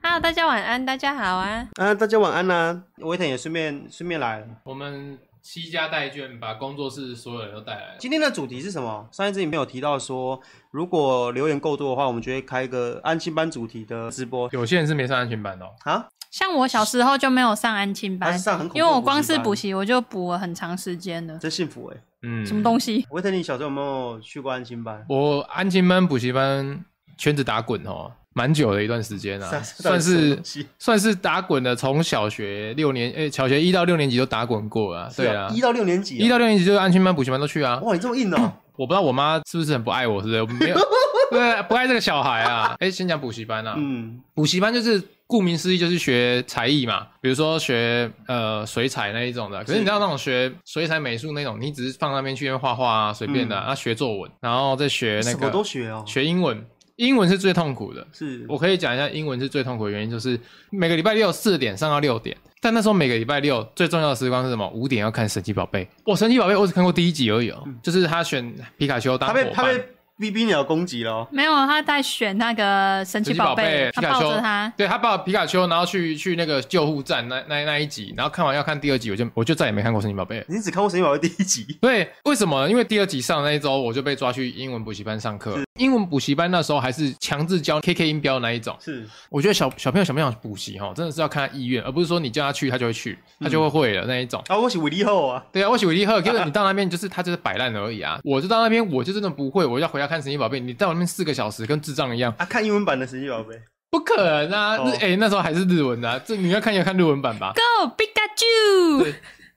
啊，大家晚安，大家好啊。啊，大家晚安呐、啊！威腾也顺便顺便来了。我们西家带卷，把工作室所有人都带来了。今天的主题是什么？上一次你没有提到说，如果留言够多的话，我们就会开一个安心班主题的直播有些人是没上安全班的、哦，啊。像我小时候就没有上安亲他班是，上很恐怖的因为我光是补补习习我就补了很长时间了班，。真幸福哎、嗯，什么东西？威腾，你小时候有没有去过安心班？我安亲班、补习班圈子打滚哦，蛮久的一段时间啊， 算是算是打滚了，从小学六年，诶、小学一到六年级都打滚过啊，对啊一，到六年级、一到六年级就是安亲班、补习班都去啊。哇，你这么硬哦、我不知道我妈是不是很不爱我，是不是？我没有， 对，不爱这个小孩啊。诶、先讲补习班啊，嗯，补习班就是顾名思义就是学才艺嘛，比如说学呃水彩那一种的。可是你知道那种学水彩美术那种，你只是放那边去那边画画啊，随便的嗯啊，啊学作文，然后再学那什么都个学哦、学英文。英文是最痛苦的，是我可以讲一下英文是最痛苦的原因，就是每个礼拜六四点上到六点，但那时候每个礼拜六最重要的时光是什么？五点要看神奇宝贝。我神奇宝贝我只看过第一集而已哦，就是他选皮卡丘当嗯他伙被伴，他被 B B 鸟攻击了、哦。没有，他在选那个神奇宝贝，皮他卡抱丘着他，对他抱皮卡丘，然后去去那个救护站那那那一集，然后看完要看第二集，我就我就再也没看过神奇宝贝了。你只看过《神奇宝贝》第一集，对，为什么呢？因为第二集上那一周，我就被抓去英文补习班上课。英文补习班那时候还是强制教 KK 音标那一种。是我觉得小小朋友想不想补习哈，真的是要看他意愿，而不是说你叫他去他就会去，他就会会了那一种。啊，我是维利后啊，对啊，我喜维利赫，结果你到那边就是他就是摆烂而已啊！我就到那边，我就真的不会，我要回家看神奇宝贝。你到那边四个小时，跟智障一样，啊，看英文版的《神奇宝贝》不可能啊！哦日哎、那时候还是日文的、啊，这你要看也看日文版吧。 Go Pikachu！对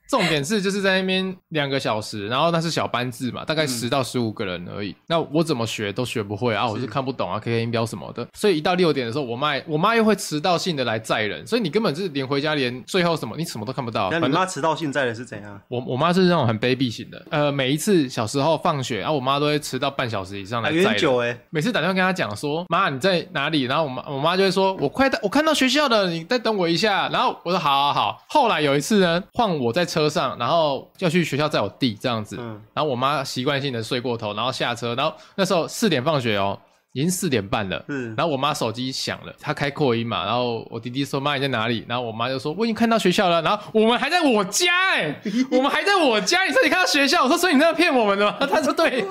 重点是就是在那边两个小时，然后那是小班制嘛，大嗯概十到十五个人而已。那我怎么学都学不会啊，我是看不懂啊，K K 音标什么的。所以一到六点的时候，我妈我妈又会迟到性的来载人，所以你根本就是连回家连最后什么你什么都看不到。那反你正妈迟到现在的是怎样？我我妈是那种很卑鄙型的，呃，每一次小时候放学，然、后啊我妈都会迟到半小时以上来啊，载有点人。久哎、欸，每次打电话跟她讲说，妈你在哪里？然后我妈我妈就会说，我快到，我看到学校了，你再等我一下。然后我说好好好。后来有一次呢，换我在车上，然后要去学校载我弟这样子，嗯，然后我妈习惯性的睡过头，然后下车，然后那时候四点放学哦，已经四点半了。是然后我妈手机响了，她开扩音嘛，然后我弟弟说妈你在哪里？然后我妈就说我已经看到学校了，然后我们还在我家哎、我们还在我家，你说你看到学校，我说所以你在骗我们的吗？ 她说对。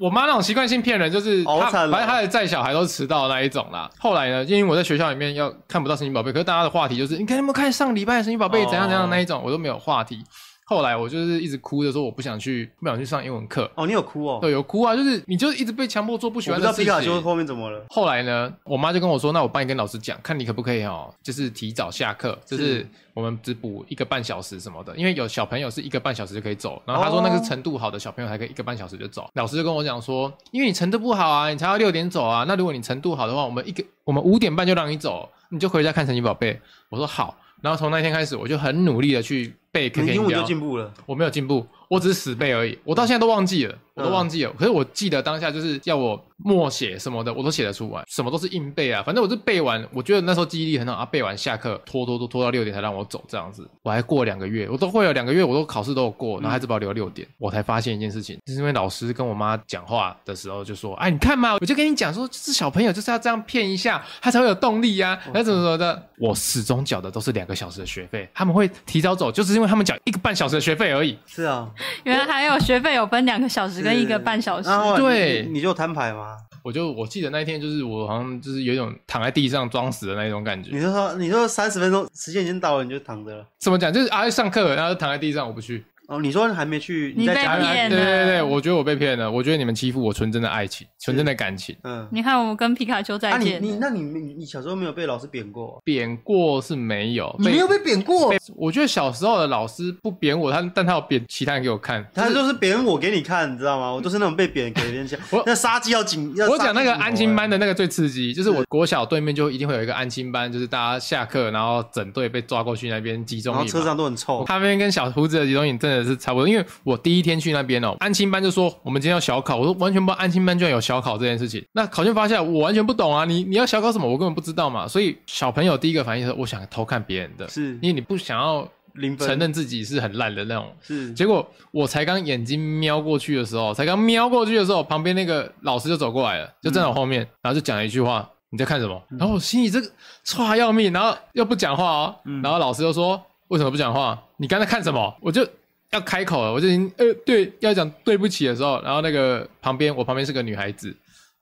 我妈那种习惯性骗人，就是好她惨反哦正她的载小孩都迟到那一种啦。后来呢，因为我在学校里面要看不到神奇宝贝，可是大家的话题就是你看有没有看上礼拜的神奇宝哦贝怎样怎样那一种，我都没有话题。后来我就是一直哭着说我不想去，不想去上英文课。哦，你有哭哦，对，有哭啊，就是你就是一直被强迫做不喜我欢不知的道事皮情。卡丘后面怎么了，后来呢，我妈就跟我说，那我帮你跟老师讲，看你可不可以哦，就是提早下课，就是是我们只补一个半小时什么的，因为有小朋友是一个半小时就可以走，然后她说哦那个程度好的小朋友才可以一个半小时就走。老师就跟我讲说，因为你程度不好啊，你才要六点走啊，那如果你程度好的话，我们一个我们五点半就让你走，你就回家看神奇宝贝。我说好，然后从那天开始我就很努力的去背 K 你 K 英音文就标。进步了，我没有进步，我只是死背而已。我到现在都忘记了，我都忘记了。可是我记得当下就是要我默写什么的，我都写得出来，什么都是硬背啊。反正我是背完，我觉得那时候记忆力很好啊。背完下课拖拖拖拖到六点才让我走，这样子我还过两个月，我都会有两个月，我都考试都有过，然后还是把我留六点。我才发现一件事情，就是因为老师跟我妈讲话的时候就说：“哎，你看嘛，我就跟你讲说，就是小朋友就是要这样骗一下，他才会有动力呀、啊。”那怎么怎么的，我始终缴的都是两个小时的学费，他们会提早走，就是因为他们缴一个半小时的学费而已。是啊，原来还有学费有分两个小时跟一个半小时然。后对你你就摊牌嘛，我就我记得那一天，就是我好像就是有一种躺在地上装死的那一种感你觉。就说你说三十分钟时间已经到了，你就躺着了。怎么讲？就是啊，上课然后躺在地上，我不去。哦，你说还没去，你在被家里骗对了对对，我觉得我被骗了。我觉得你们欺负我纯真的爱情，纯真的感情。嗯，你看我跟皮卡丘啊再你见了，你那你你你小时候没有被老师贬过？贬过是没有，你没有被贬过被。，我觉得小时候的老师不贬我，他但他有贬其他人给我看。他就是贬我给你看，你知道吗？我都是那种被贬给人家 我。那杀鸡要紧，要我讲那个杀鸡儆猴安亲班的那个最刺激，就是我国小对面就一定会有一个安亲班，就是大家下课然后整队被抓过去那边集中然营后嘛。车上都很臭。他那哦边跟小胡子的集中营真的是差不多，因为我第一天去那边哦，安亲班就说我们今天要小考，我说完全不知道安亲班居然有小考这件事情。那考卷发下来，我完全不懂啊，你你要小考什么，我根本不知道嘛。所以小朋友第一个反应是我想偷看别人的，是因为你不想要零分承认自己是很烂的那种。是结果我才刚眼睛瞄过去的时候，才刚瞄过去的时候，旁边那个老师就走过来了，就站在我后面，然后就讲了一句话：“你在看什么？嗯然后我心里这个差要命，然后又不讲话哦，嗯然后老师又说为什么不讲话？你刚才看什么？我就要开口了，我就已经呃对要讲对不起的时候，然后那个旁边我旁边是个女孩子，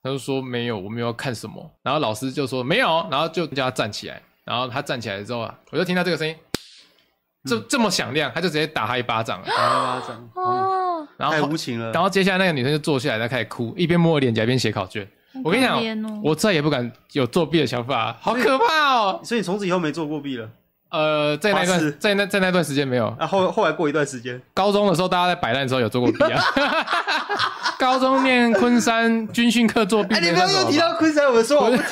她就说没有，我没有要看什么，然后老师就说没有，啊然后就叫她站起来，然后她站起来之后啊，我就听到这个声音。这这么响亮，她就直接打她一巴掌了，打巴掌，哦哦，然后太后无情了。然后接下来那个女生就坐下来，她开始哭，一边摸脸颊一边写考卷。我跟你讲好可怜哦，我再也不敢有作弊的想法，好可怕哦！ 所以你从此以后没做过弊了。呃，在那花痴段在那在那段时间没有，啊，后后来过一段时间，高中的时候大家在摆烂的时候有做过弊 啊。高中念昆山军训课作弊，哎，你没不要算又什么提吧到昆山，我说我不。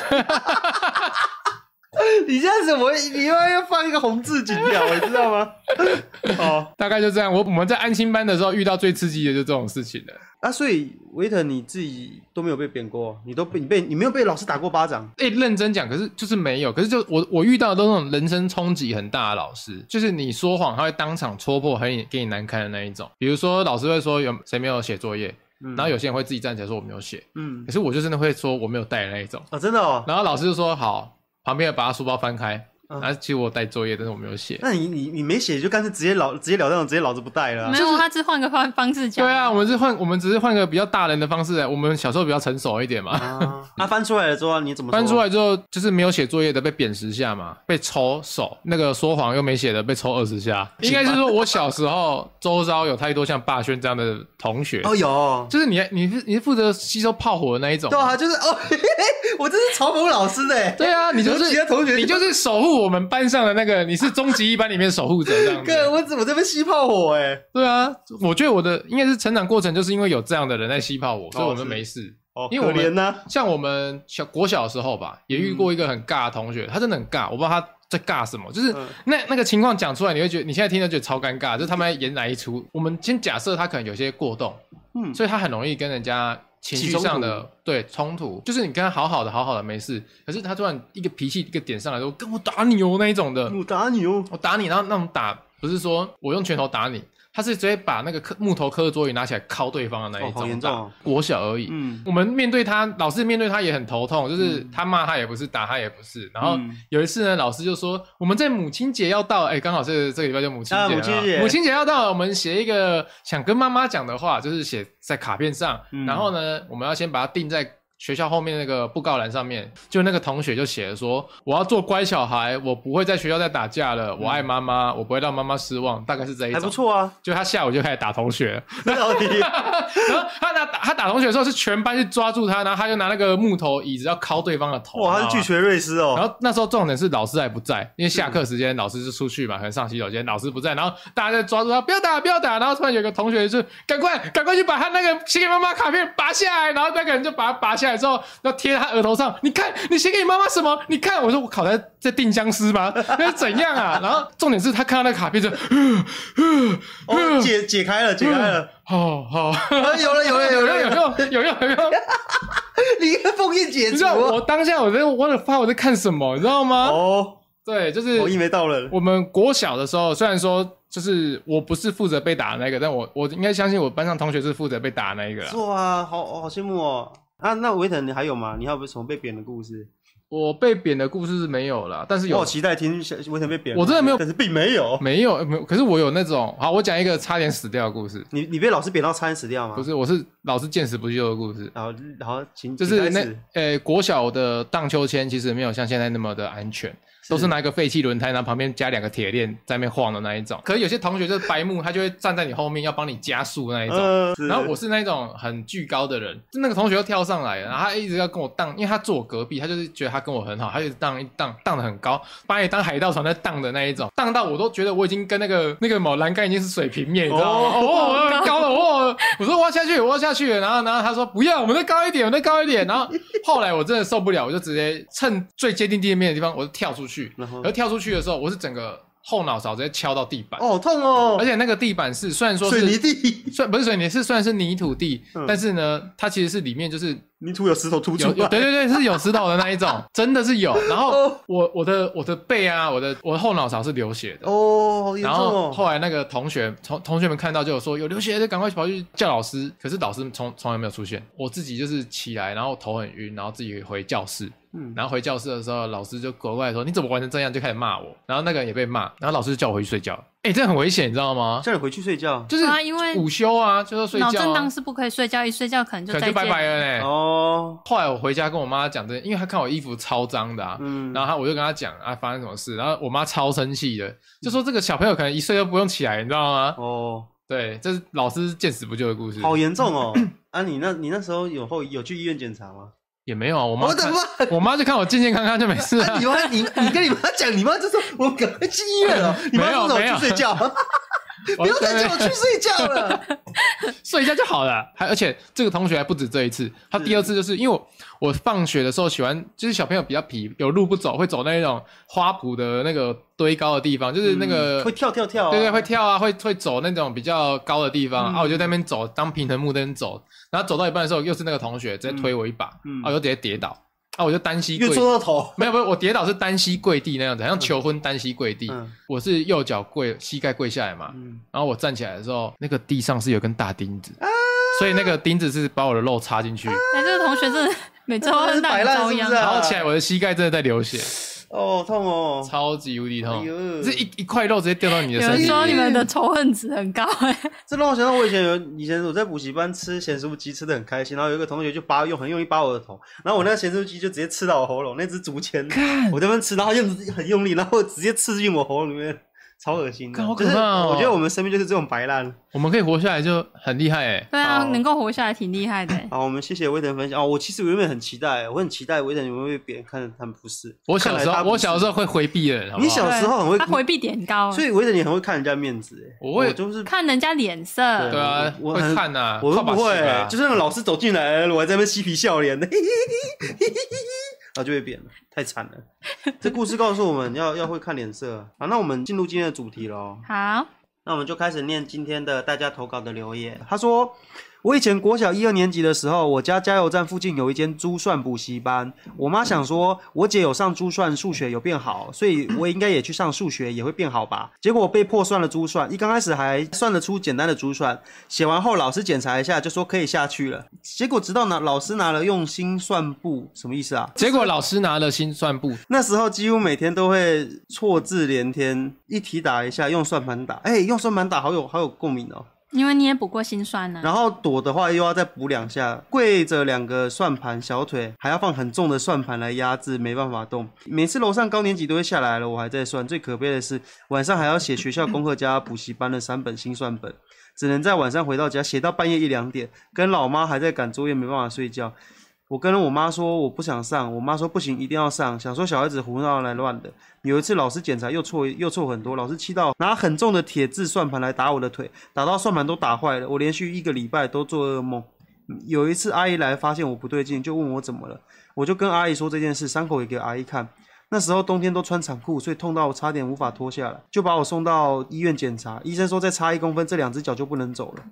你这样子我，你又要放一个红字警条，你知道吗？ 哦，大概就这样。我我们在安心班的时候遇到最刺激的就这种事情了。啊，所以维特你自己都没有被贬过，你都被你被你没有被老师打过巴掌，哎、认真讲，可是就是没有，可是就我我遇到的都是那种人生冲击很大的老师，就是你说谎，他会当场戳破，很给你难堪的那一种。比如说老师会说有谁没有写作业，嗯然后有些人会自己站起来说我没有写，嗯可，是我就真的会说我没有带的那一种。哦，真的哦，然后老师就说好，旁边把他书包翻开，嗯然后其实我有带作业，但是我没有写。那你你你没写就干脆直接老直截了当，直接老子不带了啊、没有，他只换个方方式讲。对啊，我们是换，我们只是换个比较大人的方式来，我们小时候比较成熟一点嘛。啊，啊翻出来了之后你怎么说翻出？来之后，就是没有写作业的被贬十下嘛，被抽手；那个说谎又没写的被抽二 十下。应该是说，我小时候周遭有太多像霸轩这样的同学，哦，有，就是你，你是你是负责吸收炮火的那一种。对啊，就是哦，嘿嘿嘿我这是嘲讽老师的欸，对啊，你就有其他是同学，你就是守护我们班上的那个，你是终极一班里面守护者这 样哥，子。我怎么这边吸炮火哎、对啊，我觉得我的应该是成长过程，就是因为有这样的人在吸炮火，所以我们没事。哦，因为我可们怜呐、像我们小国小的时候吧，也嗯遇过一个很尬的同学，他真的很尬，我不知道他在尬什么，就是嗯那那个情况讲出来，你会觉得你现在听着觉得超尴尬，就是他们在演哪一出。我们先假设他可能有些过动，嗯，所以他很容易跟人家情绪上的对冲突，就是你跟他好好的好好的没事，可是他突然一个脾气一个点上来说，跟我打你哦那一种的，我打你哦，我打你，然后那种打不是说我用拳头打你，他是直接把那个课木头课桌椅拿起来敲对方的那一哦好严种重打，哦国小而已。嗯，我们面对他，老师面对他也很头痛，就是嗯他骂他也不是，打他也不是。然后嗯有一次呢，老师就说我们在母亲节要到了，哎，刚好是这个礼拜就母亲节了啊嘛，母亲节母亲节要到了，我们写一个想跟妈妈讲的话，就是写在卡片上，嗯然后呢，我们要先把它定在。学校后面那个布告栏上面，就那个同学就写了说：“我要做乖小孩，我不会在学校再打架了，我爱妈妈，我不会让妈妈失望。”大概是这一还种。不错 啊，就他下午就开始打同学了，到底然后他打他打同学的时候，是全班去抓住他，然后他就拿那个木头椅子要敲对方的头。哇，他是你知道巨吗锤瑞斯哦，然后那时候重点是老师还不在，因为下课时间老师是出去嘛，可能上洗手间，老师不在，然后大家在抓住他，不要打，不要打。然后突然有个同学就赶快赶快去把他那个写给妈妈卡片拔下来，然后那个人就把它拔下来之后，要贴他额头上，你看你写给你妈妈什么？你看，我说我考在在定僵尸吗？ 那是怎样啊？然后重点是他看到那个卡片就，嗯哦，解解开了，解开了，好好，啊，有了，有了，有哦 嗯有了，有用有了，用有用有用。你跟封印解你除知道哦，我当下我在我的发我在看什么，你知道吗？哦，对，就是我意没到 了，嗯我们国小的时候，虽然说就是我不是负责被打的那个，但我我应该相信我班上同学是负责被打的那一个啦。哇，好好羡慕哦。啊，那维腾，你还有吗？你还有没有什么被贬的故事？我被扁的故事是没有了，但是我有、好期待听小维腾被贬，我真的没有但是并没有。没有呃没有？可是我有那种好，我讲一个差点死掉的故事，你你被老师贬到差点死掉吗？不，是，我是老是见死不救的故事。然后然后请就是请那开始呃，国小的荡秋千其实没有像现在那么的安全，都是拿一个废弃轮胎，然后旁边加两个铁链在那边晃的那一种。可是有些同学就是白目，他就会站在你后面要帮你加速那一种。呃，然后我是那种很巨高的人，就那个同学又跳上来了，然后他一直要跟我荡，因为他坐我隔壁，他就是觉得他跟我很好，他就一直荡一直荡荡的很高，把你当海盗船在荡的那一种，荡到我都觉得我已经跟那个那个某栏杆已经是水平面，你知道吗？哦哦，我很高了，哦，我说我要下去，我要下去了，然后然后他说不要，我们再高一点，我们再高一点，然后后来我真的受不了，我就直接趁最接近地面的地方，我就跳出去，然后而跳出去的时候，我是整个后脑勺直接敲到地板，哦，好痛哦，而且那个地板是虽然说是水泥地，算不是水泥，是算是泥土地，嗯但是呢，它其实是里面就是泥土有石头凸出有有来，对对对，是有石头的那一 种，真的是有。然后哦我我的我的背啊，我的我的后脑勺是流血的。哦，好严然重后哦。后来那个同学同同学们看到就有说有流血，就赶快跑去叫老师。可是老师从从来没有出现。我自己就是起来，然后头很晕，然后自己回教室。嗯，然后回教室的时候，老师就过来说你怎么玩成这样，就开始骂我。然后那个人也被骂，然后老师就叫我回去睡觉。哎，这很危险，你知道吗？叫你回去睡觉。就是啊因为午休啊，就是睡觉、脑啊，震荡是不可以睡觉，一睡觉可能就可能再就见。拜拜了呢。哦，后来我回家跟我妈讲这，因为她看我衣服超脏的啊，嗯，然后她我就跟她讲啊发生什么事，然后我妈超生气的，就说这个小朋友可能一岁都不用起来，你知道吗？哦，对，这是老师见死不救的故事。好严重 哦。啊，你那你那时候有后有去医院检查吗？也没有啊，我妈我的看妈！我妈就看我健健康康就没事啊了你。妈，你你跟你妈讲，你妈就说我赶快去医院 了，你妈没有说什么没有去睡觉， 不要再叫我去睡觉了。 睡一下就好了。还而且这个同学还不止这一次，他第二次就是因为我我放学的时候喜欢，就是小朋友比较皮，有路不走，会走那种花圃的那个堆高的地方，就是那个、嗯会跳跳跳啊，对对，会跳啊，会会走那种比较高的地方、嗯啊，我就在那边走，当平衡木灯走，然后走到一半的时候，又是那个同学直接推我一把，嗯啊，我就直接跌倒，啊，我就单膝越跪，坐到头。没有没有，我跌倒是单膝跪地那样子，好像求婚单膝跪地，嗯我是右脚跪，膝盖跪下来嘛，嗯，然后我站起来的时候，那个地上是有根大钉子，啊所以那个钉子是把我的肉插进去，哎，这个同学真的每周他是都摆大烂遭是不殃是啊然后起来我的膝盖真的在流血，哦，痛哦。超级无敌哎痛，呦，这一一块肉直接掉到你有的身人体里。说你们的仇恨值很高哎、这让我想到我以前有以前我在补习班吃咸酥鸡吃的很开心，然后有一个同学就扒用很用力扒我的头，然后我那个咸酥鸡就直接刺到我喉咙，那只竹签，我在那边吃，然后用很用力，然后直接刺进我喉咙里面，超恶心的。看好可就是怕哦我觉得我们身边就是这种白烂。我们可以活下来就很厉害 哎、对啊，好能够活下来挺厉害 的、哎好，我们谢谢威腾分享哦。我其实原本很期待，我很期待威腾有没有被别人看他们不是。我小时看来他候不是我小时候会回避的人，好不好你小时候很会他回避点高、所以以威腾你很会看人家面子哎。我会就是看人家脸色。对啊，我会很看呐、啊，我都靠把不会、戏啊就是那种老师走进来，我还在那边嬉皮笑 脸的， 嘿嘿嘿嘿嘿嘿嘿，然后就被扁了，太惨了。这故事告诉我们要要会看脸色啊。好那我们进入今天的主题喽。好，那我们就开始念今天的大家投稿的留言。他说：“我以前国小一二年级的时候，我家加油站附近有一间珠算补习班。我妈想说，我姐有上珠算，数学有变好，所以我应该也去上数学，也会变好吧。结果我被迫算了珠算，一刚开始还算得出简单的珠算，写完后老师检查一下就说可以下去了。结果直到拿老师拿了用心算布，什么意思啊？结果老师拿了心算布，那时候几乎每天都会错字连天，一题打一下，用算盘打，哎、用算盘打好有好有共鸣哦。因为你也补过心酸啊呢、然后躲的话又要再补两下，跪着两个算盘，小腿还要放很重的算盘来压制，没办法动。每次楼上高年级都会下来了，我还在算。最可悲的是晚上还要写学校功课加补习班的三本心算本，只能在晚上回到家写到半夜一两点，跟老妈还在赶作业，没办法睡觉。我跟我妈说我不想上，我妈说不行，一定要上。想说小孩子胡闹来乱的。有一次老师检查又错又错很多，老师气到拿很重的铁质算盘来打我的腿，打到算盘都打坏了。我连续一个礼拜都做噩梦。有一次阿姨来发现我不对劲，就问我怎么了，我就跟阿姨说这件事，伤口也给阿姨看。那时候冬天都穿长裤，所以痛到我差点无法脱下来，就把我送到医院检查。医生说再差一公分，这两只脚就不能走了。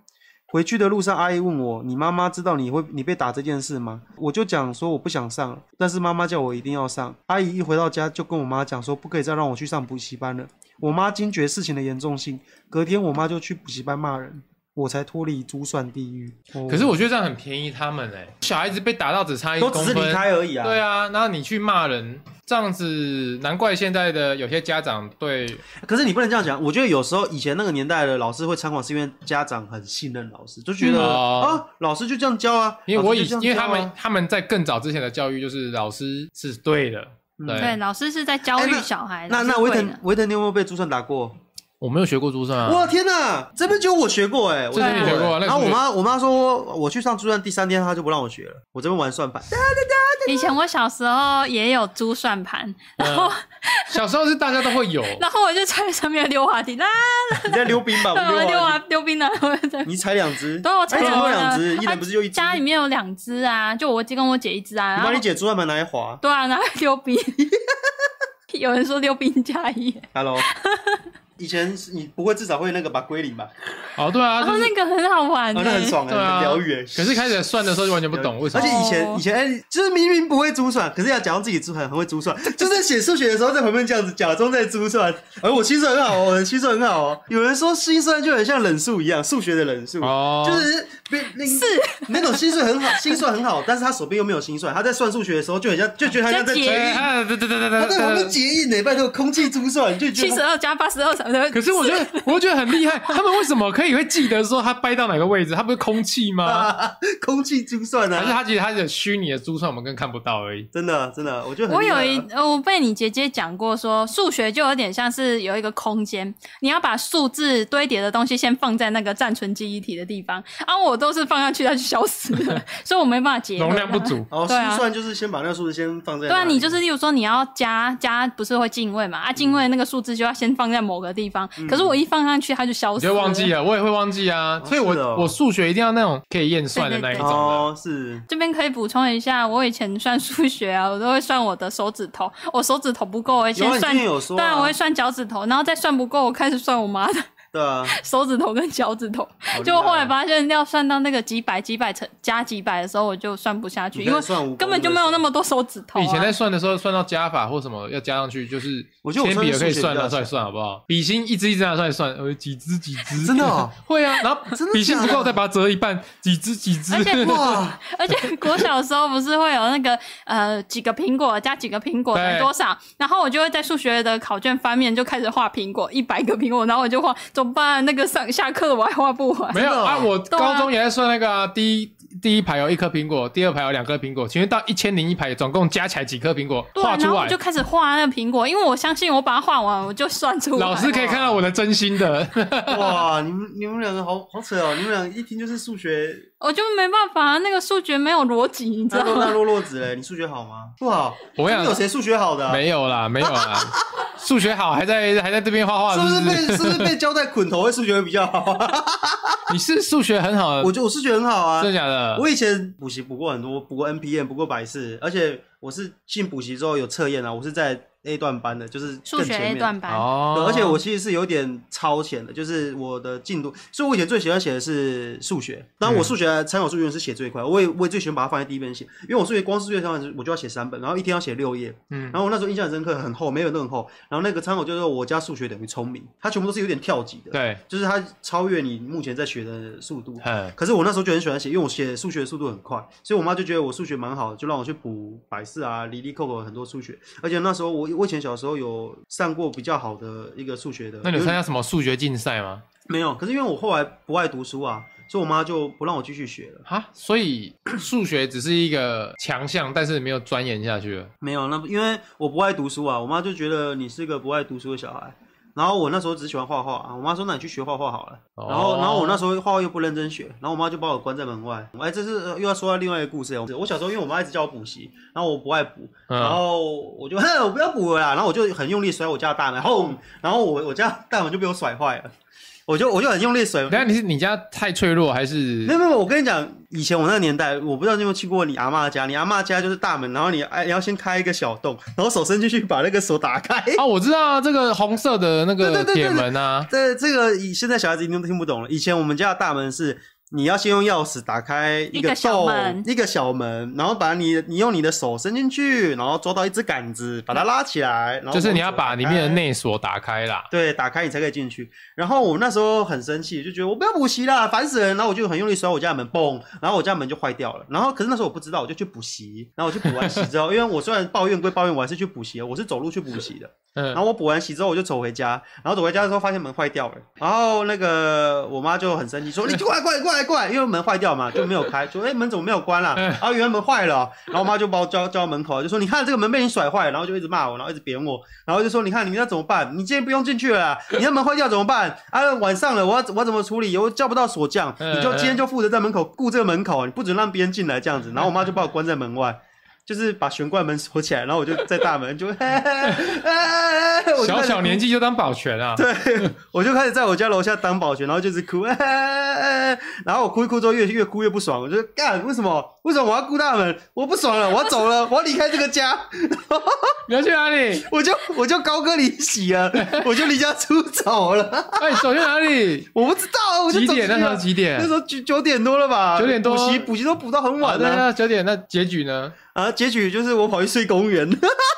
回去的路上，阿姨问我：“你妈妈知道你会你被打这件事吗？”我就讲说我不想上了，但是妈妈叫我一定要上。阿姨一回到家就跟我妈讲说不可以再让我去上补习班了。我妈惊觉事情的严重性，隔天我妈就去补习班骂人，我才脱离珠算地狱。哦可是我觉得这样很便宜他们哎、小孩子被打到只差一都哎公只分，是离开而已啊。对啊，然后你去骂人，这样子，难怪现在的有些家长对可是你不能这样讲，我觉得有时候以前那个年代的老师会猖狂，是因为家长很信任老师，就觉得、嗯哦啊，老师就这样教啊，因为我以老师就这样教啊因为他们他们在更早之前的教育就是老师是对的，嗯对，对，老师是在教哎育那小孩。那老那师维会腾的维腾，你有没有被珠算打过？我没有学过珠算啊，哇天哪，这边只有我学过哎、我这边你欸学过啊那个然后我同学妈我妈说我去上珠算第三天，她就不让我学了，我这边玩 算盘。以前我小时候也有珠算盘，哦然后、啊小时候是大家都会有，然后我就在上面溜滑梯，啦，你在溜冰吧？ 对，我我溜溜啊啊，溜冰的， 我就 在。你踩两只，对，我哎才怎么想会问两啊只，一啊人不是就一只？家里面有两只啊，就我姐跟我姐一只啊，你然后帮你姐珠算盘拿来滑。 对啊，然后溜冰。有人说溜冰加一， Hello，以前是你不会至少会那个吧归零吧，哦，对啊，然就后是 那个很好玩、啊，欸，那很爽对哎，啊很疗愈哎。可是开始算的时候就完全不懂为什而么且。以前哦以前哎，就是明明不会珠算，可是要假装自己珠算很会珠算，就在写数学的时候在旁边这样子假装在珠算，而我心算很好哦，我心算很好哦。有人说心算就很像冷数一样，数学的冷数，哦，就是那那那种心算很好，心算很好，但是他手边又没有心算，他在算数学的时候就很像就觉得他像在在解解对印，啊对对对对他对在旁对边对。解印呢，拜托空气珠算就觉七十得。二加八十二什么的。可是我觉得，我觉得很厉害，他们为什么可以会记得说他掰到哪个位置？他不是空气吗？啊，空气珠算 还是啊，他其实他的虚拟的珠算我们根本看不到而已？真的啊真的，我觉得很我厉有害一啊，呃我被你姐姐讲过说数学就有点像是有一个空间，你要把数字堆叠的东西先放在那个暂存记忆体的地方，啊，我都是放上去它就消失 了，所以我没办法结合容量不足。哦，对啊心算就是先把那个数字先放在对啊，那里你就是例如说你要加加，不是会进位嘛？啊，进嗯位那个数字就要先放在某个地方，可是我一放上去它就消我失嗯就了，忘记了，我也会忘记啊，所以我、是哦我数学一定要那种可以验算的那一种的。哦，是这边可以补充一下，我以前算数学啊，我都会算我的手指头，我手指头不够，我以前有啊你算之前有说啊对啊，我会算脚趾头，然后再算不够，我开始算我妈的对啊，手指头跟脚趾头，啊好厉害就后来发现要算到那个几百几百乘加几百的时候，我就算不下去，你因开为始算蜈蚣根本就没有那么多手指头、啊。以前在算的时候，算到加法或什么要加上去，就是我觉得我铅笔也可算以算数学比较拿出来算，好不好？笔芯一支一支拿出来算，呃，几支几支，真的哦会啊。然后真的笔芯假不的够，再把它折一半，几支几支而。且哇， 而且国小的时候不是会有那个呃几个苹果加几个苹果等于对多少，然后我就会在数学的考卷翻面就开始画苹果，一百个苹果，然后我就画，怎么办？那个上下课我还画不完。 没有哦啊，我啊高中也在算那个啊，第一第一排有一颗苹果，第二排有两颗苹果，请问到一千零一排总共加起来几颗苹果？对啊，画然出后我来就，开始画那个苹果，因为我相信我把它画完，我就算出来。老师可以看到我的真心的。 哇，你们你们两个好好扯哦！你们俩一听就是 数学我就没办法，啊那个数学没有逻辑，你知那道落 吗？那落落子嘞。你数学好吗？不好，我跟你你讲有谁数学好的啊、 没有啦，没有啦， 数学好还在还在这边画画，是不是是不被是？是不是被交代捆头会数学会比较好、 啊？你是数学很好我的，觉得我数学很好啊真。的假的？我以前补习补过很多，补过 NPM，补过百事，而且我是进补习之后有测验啊，我是在 A 段班的，就是数更学前 A 面段班，哦对，而且我其实是有点超前的，就是我的进度，所以我以前最喜欢写的是数学。当然，我数学参考书永远是写最快，我也我也最喜欢把它放在第一本写，因为我数学光数学参考书我就要写三本，然后一天要写六页。嗯然后我那时候印象很深刻，很厚，每本都很厚。然后那个参考就是我家数学等于聪明，它全部都是有点跳级的，对，就是它超越你目前在学的速度。嗯，可是我那时候就很喜欢写，因为我写数学的速度很快，所以我妈就觉得我数学蛮好的，就让我去补百事啊、离离扣扣很多数学。而且那时候我我以前小时候有上过比较好的一个数学的，那你因有为参加什么数学竞赛吗？没有？可是因为我后来不爱读书啊，所以我妈就不让我继续学了。啊，所以数学只是一个强项，但是没有钻研下去了。没有，那因为我不爱读书啊，我妈就觉得你是个不爱读书的小孩。然后我那时候只喜欢画画啊，我妈说那你去学画画好了。哦然后，然后我那时候画画又不认真学，然后我妈就把我关在门外。哎，这是呃又要说到另外一个故事了。我小时候因为我妈一直叫我补习，然后我不爱补，嗯然后我就哼，我不要补了啦，然后我就很用力甩我家的大门，轰！然后我我家大门就被我甩坏了，我就我就很用力甩。等一下你是你家太脆弱，还是没有没有，我跟你讲，以前我那个年代，我不知道你有没有去过你阿嬷家，你阿嬷家就是大门，然后你哎你要先开一个小洞，然后手伸进去把那个锁打开。 啊？我知道啊，这个红色的那对对个对对铁门啊，这这个以现在小孩子一定都听不懂了。以前我们家的大门是你要先用钥匙打开一一个个小洞门一个小门，然后把你你用你的手伸进去，然后抓到一只杆子，把它拉起来，然后哎就是你要往左把里打面的开内锁打开啦。对，打开你才可以进去。然后我那时候很生气，就觉得我不要补习啦，烦死人。然后我就很用力甩我家的门，嘣，然后我家门就坏掉了。然后可是那时候我不知道，我就去补习。然后我去补完习之后，因为 我虽然抱怨归抱怨，我还是去补习，我是走路去补习的。嗯然，后我补完习之后，我就走回家，然后走回家的时候发现门坏掉了，然后那个我妈就很生气，说你过来过来过来过来，因为门坏掉嘛，就没有开，说哎、门怎么没有关啦、嗯然后原来门坏了哦，然后我妈就把我叫叫到门口，就说你看这个门被你甩坏了，然后就一直骂我，然后一直扁我，然后就说你看你那怎么办？你今天不用进去了啦，你那门坏掉怎么办？啊，晚上了，我要我要怎么处理？我叫不到锁匠，嗯你就今天就负责在门口顾这个门口，你不准让别人进来这样子。然后我妈就把我关在门外。就是把玄关门锁起来，然后我就在大门就， 啊嘿嘿嘿哎我就小开始小哭年纪就当保全 啊，对，我就开始在我家楼下当保全，然后就是哭，哎哎哎然后我哭一哭之后越越哭越不爽，我就干为什么？为什么我要哭他们？我不爽了，我要走了， 我要离开这个家，你要去哪 里？我就我就高歌离席了， 我就离家出走了。哎，走去哪里？我不知道啊，我就几走点？出那去时了候几点那？时候九九点多了吧， 9点多补习补习都补到很啊晚对了、啊，九点。那结局呢？啊，结局就是我跑去睡公园，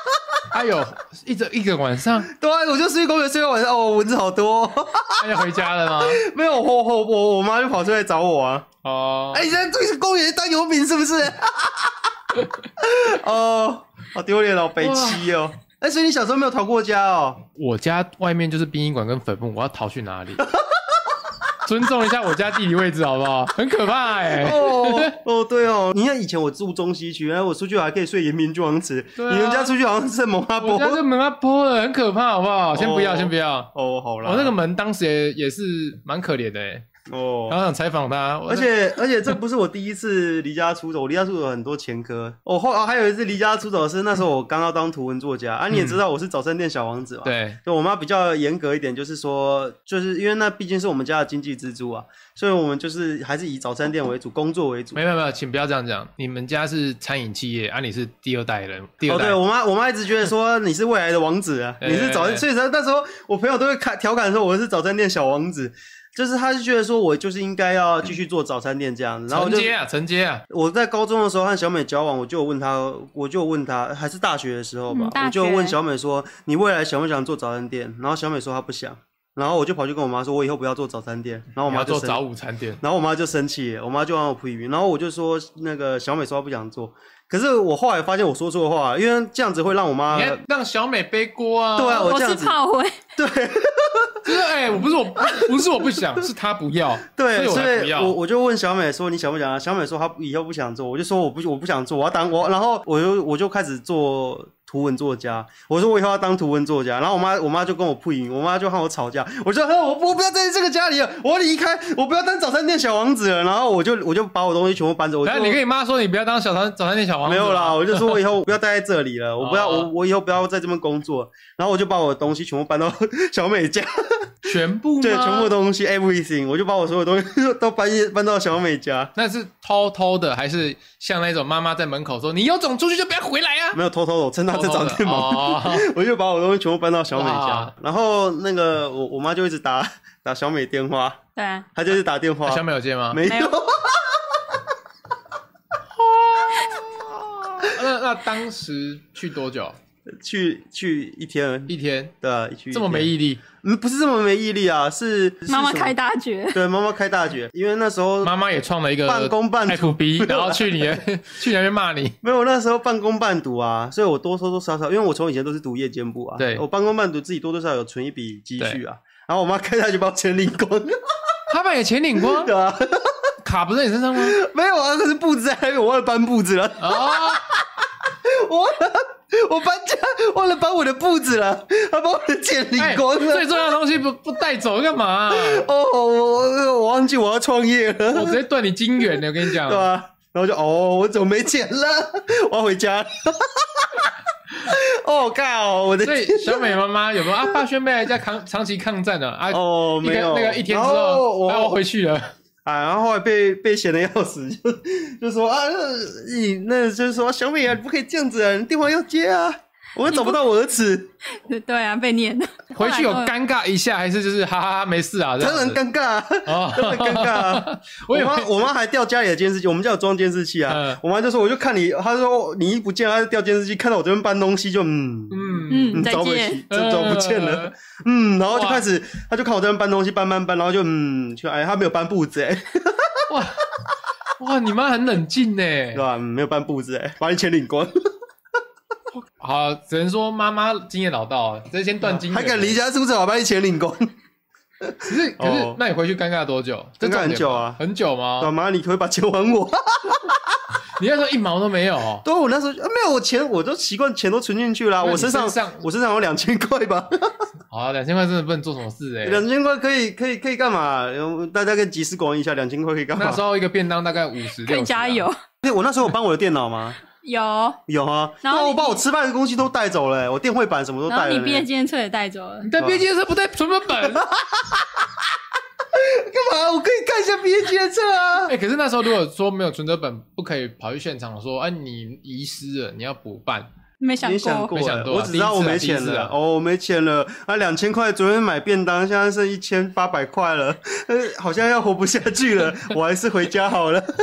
哎呦，一整一个晚上，对啊，我就睡公园睡到晚上，哦，蚊子好多，那要回 家了吗？没有，我我我我妈就跑出来找我啊，哦哎、，你在对着公园当游民是不是？ 哦，好丢脸哦，北七哦，哎、所以你小时候没有逃过家哦，我家外面就是殡仪馆跟坟墓，我要逃去哪里？ 尊重一下我家地理位置好不好？很可怕哎、哦哦对哦，你看以前我住中西区，然哎后我出去还可以睡延平君王祠，对啊你们家出去好像是蒙阿波我家这门要破了，很可怕好不好？先不要，哦先不要。哦，好啦，我那个门当时也也是蛮可怜的、欸，哦然。后想采访他，我而且而且这不是我第一次离家出走，我离家出走很多前科。我、后啊还有一次离家出走是那时候我刚要当图文作家啊，你也知道我是早餐店小王子嘛。。对对我妈比较严格一点，就是说，就是因为那毕竟是我们家的经济支柱啊，所以我们就是还是以早餐店为主，工作为主。没有没有没有，请不要这样讲。你们家是餐饮企业，啊，你是第二代人，第哦，二代。对我妈，我妈一直觉得说你是未来的王子 啊，对你是早对对所以她那时候我朋友都会看调侃说我是早餐店小王子，就是她就觉得说我就是应该要继续做早餐店这样子，然后我承就接啊，承接啊，我在高中的时候和小美交往，我就有问她，我就有问她，还是大学的时候吧嗯，大我就学问小美说，你未来想不想做早餐店？然后小美说她不想，然后我就跑去跟我妈说，我以后不要做早餐店。哦然后我我们妈要就做生，啊早午餐店。然后我妈就生气了，我妈就让我批评，然后我就说那个小美说她不想做，可是我后来发现我说错话，因为这样子会让我妈你。看，让小美背锅啊！对啊，我我这是样子，炮灰，就是哎、我不是我不，不是我不想，是他不要，所对，以我所才不以要。我我就问小美说你想不想啊？小美说她以后不想做，我就说我不我不想做，我要当我，然后我就我就开始做图文作家。我说我以后要当图文作家，然后我妈我妈就跟我不赢，我妈就和我吵架。我说哼呃我不我不要在这个家里了，我要离开，我不要当早餐店小王子了。然后我就我就把我东西全部搬走，我就然后你跟你妈说，你不要当小餐早餐店小王子没啊有啦，，我就说我以后不要待在这里了，我不要哦我我以后不要在这边工作。然后我就把我的东西全部搬到 小美家。全部吗对，全部。东西 everything，我就把我所有东西 都搬搬到小美家，那是偷偷的，还是像那种妈妈在门口说：“你有种出去就不要回来啊 没有偷偷的，我趁她在找店忙，哦， 我就把我东西全部搬到小美家哇。然后那个我我妈就一直打 打小美电话， 对啊，她就是打电话，小美有接吗？没没有有，那那当时去多久？ 去去一天而已，一天，对啊，去一这么没天毅力，嗯不是这么没毅力啊，是妈妈，是开什么大绝，对，妈妈开大学，因为那时候妈妈也创了一个半工半读 FB，然后去你的 去你那边骂你，没有，那时候半工半读啊，所以我多多多少少，因为我从以前都是读夜间部啊，对我半工半读自己多多少少有存一笔积蓄啊，然后我妈开下去把我钱领光，他把你的钱领 光对，啊， 卡不在你身上吗？没有啊，可是布置在那边，我忘了搬布置了， 哦，我 忘了我搬家忘了搬我的布置了，还把我的钱领哎光了，最重要的东西不不带走干嘛啊、哦，我我我忘记我要创业了，我直接断你金源的，我跟你讲对。啊，然后就哦，我怎么没钱了？我要回家了， 哦靠，我的所以小美妈妈有没有啊？霸轩被人家抗长期抗战了啊？哦，一没个有那个一天然之后，哎我我要回去了。啊，然后后来被被嫌的要死，就就说啊，那你那就是说小美啊，你不可以这样子啊，你电话要接啊，我又找不到我儿 子，对啊，被念的，回去有后来都尴尬一下，还是就是哈哈哈没事啊？这当样然子尴尬、啊， 当然哦，尴尬、啊。我我以为妈我妈还调家里的监视器，我们家有装监视器啊，嗯我妈就说我就看你，她说哦你一不见，她就调监视器，看到我这边搬东西就嗯。嗯，呃嗯，再找不见起，，这找不见了，嗯，然后就开始，她就看我这边搬东西，搬搬搬，然后就嗯，就哎，她没有搬布置哎、呃。哇哇，你妈很冷静呢。对吧？嗯没有搬布置哎、把你钱领光，好，只能说妈妈经验老道，直接先断金源。还敢离家出走，把你钱领 光，可是可是哦，那你回去尴尬多久？这尴尬重很点久啊吗很干久吗？嘛？你可不可以把钱还我？ 你那时候一毛都没有哦。对，我那时候就、啊、没有我钱，我都习惯钱都存进去啦。那你我身上身上我身上有两千块吧，好啊，两千块真的不能做什么事哎。两千块可以可以可以干嘛？呃大家可以集思广益一下，两千块可以干嘛那？时候一个便当大概五十，可以加60啊。油，对我那时候有搬我的电脑吗？ 有，有啊，然后对啊我你把我吃饭的东西都带走了、欸我电绘板什么都然后带了、嗯你毕业纪念册也带走了你，带毕业是不带存本本？干嘛？我可以看一下毕业纪念册啊哎、。可是那时候如果说没有存折本，不可以跑去现场说，哎、你遗失了，你要补办。没想没过，想过没想欸，过啊我只知道我没钱第一次了啊，哦，我没钱了啊，两千块昨天买便当，现在剩一千八百块了，呃，好像要活不下去 了，我还是回家好了。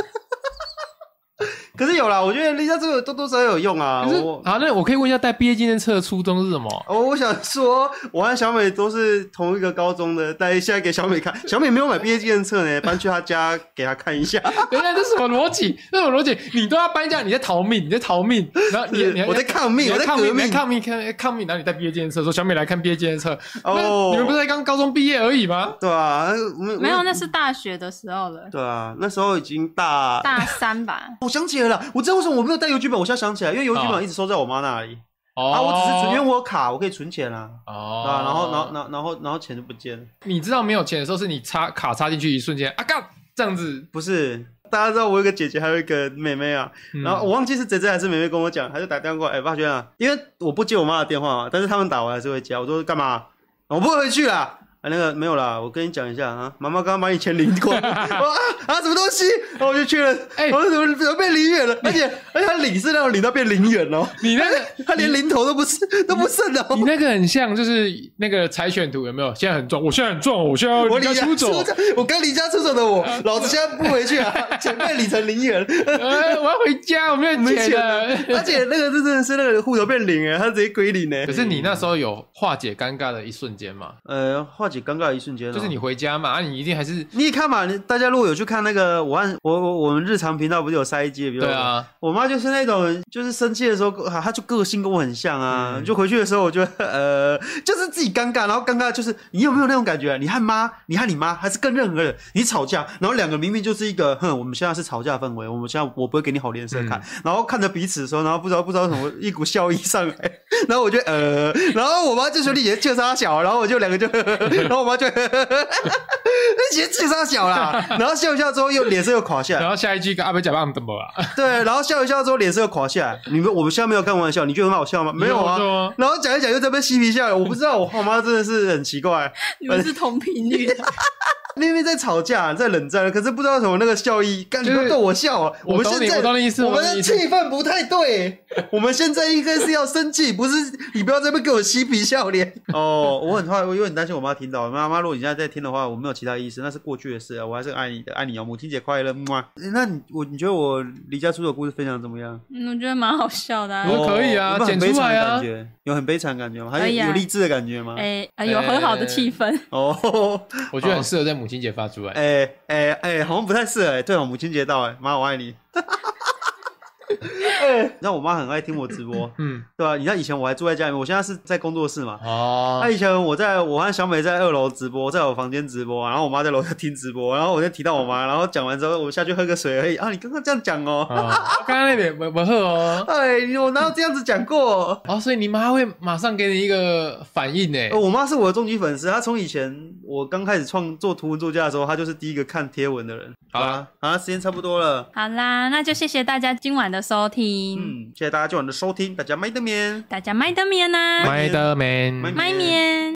可是有啦，我觉得立夏这个多多少少有用啊。可是我啊，那我可以问一下，带毕业纪念册的初衷是什么？ 哦，我想说，我和小美都是同一个高中的，但现在给小美看，小美没有买毕业纪念册呢，搬去她家给她看一下。等一下，这什么逻辑？这什么逻辑？你都要搬家，你在逃命，你在逃命，然后你是你还我在抗命你还我在抗革命，你还命抗命，抗抗命，然后你带毕业纪念册，说小美来看毕业纪念册。哦那你们不是才刚高中毕业而已吗？对啊，我们没有，那是大学的时候了，对啊，那时候已经大。大三吧 我想起来了，我知道为什么我没有带邮局本，我现在想起来，因为邮局本一直收在我妈那里、啊哦啊，我只是存，因为我有卡，我可以存钱啊。哦对啊，然后，然后，然后，然后，然后钱就不见了。你知道没有钱的时候，是你插卡插进去一瞬间啊，干这样子。不是，大家知道我有个姐姐，还有一个妹妹啊。嗯然后我忘记是姐姐还是妹妹跟我讲，她就打电话过来，哎、霸轩啊，因为我不接我妈的电话嘛，但是他们打我还是会接啊。我说干嘛？我不回去啦。啊，那个没有啦，我跟你讲一下啊，妈妈刚刚把你钱领 过，我啊啊什么东西？然后我就去了，哎我说怎么怎么变零元了？而且而且他领是那种领到变零元哦，你那个他连零头都不是，都不剩了。你那个很像，就是那个柴犬图有没有？现在很壮，我现在很壮，我现在要我离离家家出 走，走，我刚离家出走的我，老子现在不回去啊！前面里程零 元，呃，我要回家，我没有没钱钱了。而且那个是真的是那个户头变零哎，他直接归零哎可。是你那时候有化解尴尬的一瞬间嘛？呃，化解尴尬的一瞬间哦，就是你回家嘛，啊，你一定还是你也看嘛，你大家如果有去看那个我按我我我们日常频道不是有塞一集的比如对啊，我妈就是那种就是生气的时候，啊她就个性跟我很像啊，嗯就 回去的时候我觉得呃就是自己尴尬，然后尴尬就是你有没有那种感觉、啊？你和妈，你和你妈，还是跟任何人你吵架，然后两个明明就是一个哼，我们现在是吵架氛围，我们现在我不会给你好脸色看，嗯然后看着彼此的时候，然后不知道不知道什么一股笑意上来，然后我就呃，然后我妈就说你姐就她小，然后我就两个就，然后我妈就， 你姐就她小啦，然后笑一笑之后又脸色又垮下来然，后下一句跟阿北讲嗯棒怎么啊了？对，然后笑一笑之后脸色又垮下来。你们我们现在没有开玩笑，你觉得很好笑吗？没有你啊。说吗然后讲一讲又在被嬉皮笑脸，我不知道，我我妈真的是很奇怪，你们是同频率哎的，明明在吵架，在冷战，可是不知道为什么那个笑意，干你就是不要逗我笑啊！我们懂现你在我懂你意思我我们懂你的意思气氛不太 对，我们现在应该是要生气，不是你不要在那边给我嬉皮笑脸。哦，我很怕，我有点担心我妈听到。妈妈，如果你现在在听的话，我没有其他意思，那是过去的事啊，我还是很爱你的，爱你哦，母亲节快乐，么啊。那你我你觉得我离家出走故事分享得怎么样？哦嗯我觉得蛮好笑的啊。嗯我觉得可以有啊没有很剪悲出惨的来啊感觉有很悲惨的感觉吗？还可以有啊有励志的感觉吗？哎、啊有很好的气氛，哦， 我觉得很适合在母亲节发出来。哎哎哎，好像不太适合哎。对哦，母亲节到哎，妈我爱你。 哎，你知道我妈很爱听我直播，嗯，对啊吧、你知道以前我还住在家里面，我现在是在工作室嘛。那、哦，以前我在我和小美在二楼直播，在我房间直播，然后我妈在楼下听直播，然后我就提到我妈，然后讲完之后，我下去喝个水而已。啊，你刚刚这样讲哦，啊刚刚那边我我喝哦。哎，我哪有这样子讲过？ 哦，所以你妈会马上给你一个反应欸呢呃，。我妈是我的终极粉丝，她从以前我刚开始创作图文作家的时候，她就是第一个看贴文的人。好吧啦，好啦，时间差不多了，好啦，那就谢谢大家今晚的收听，嗯嗯，谢谢大家今晚的收听，大家麦德面。大家麦德面呐、麦啊，麦德 man，麦麦面。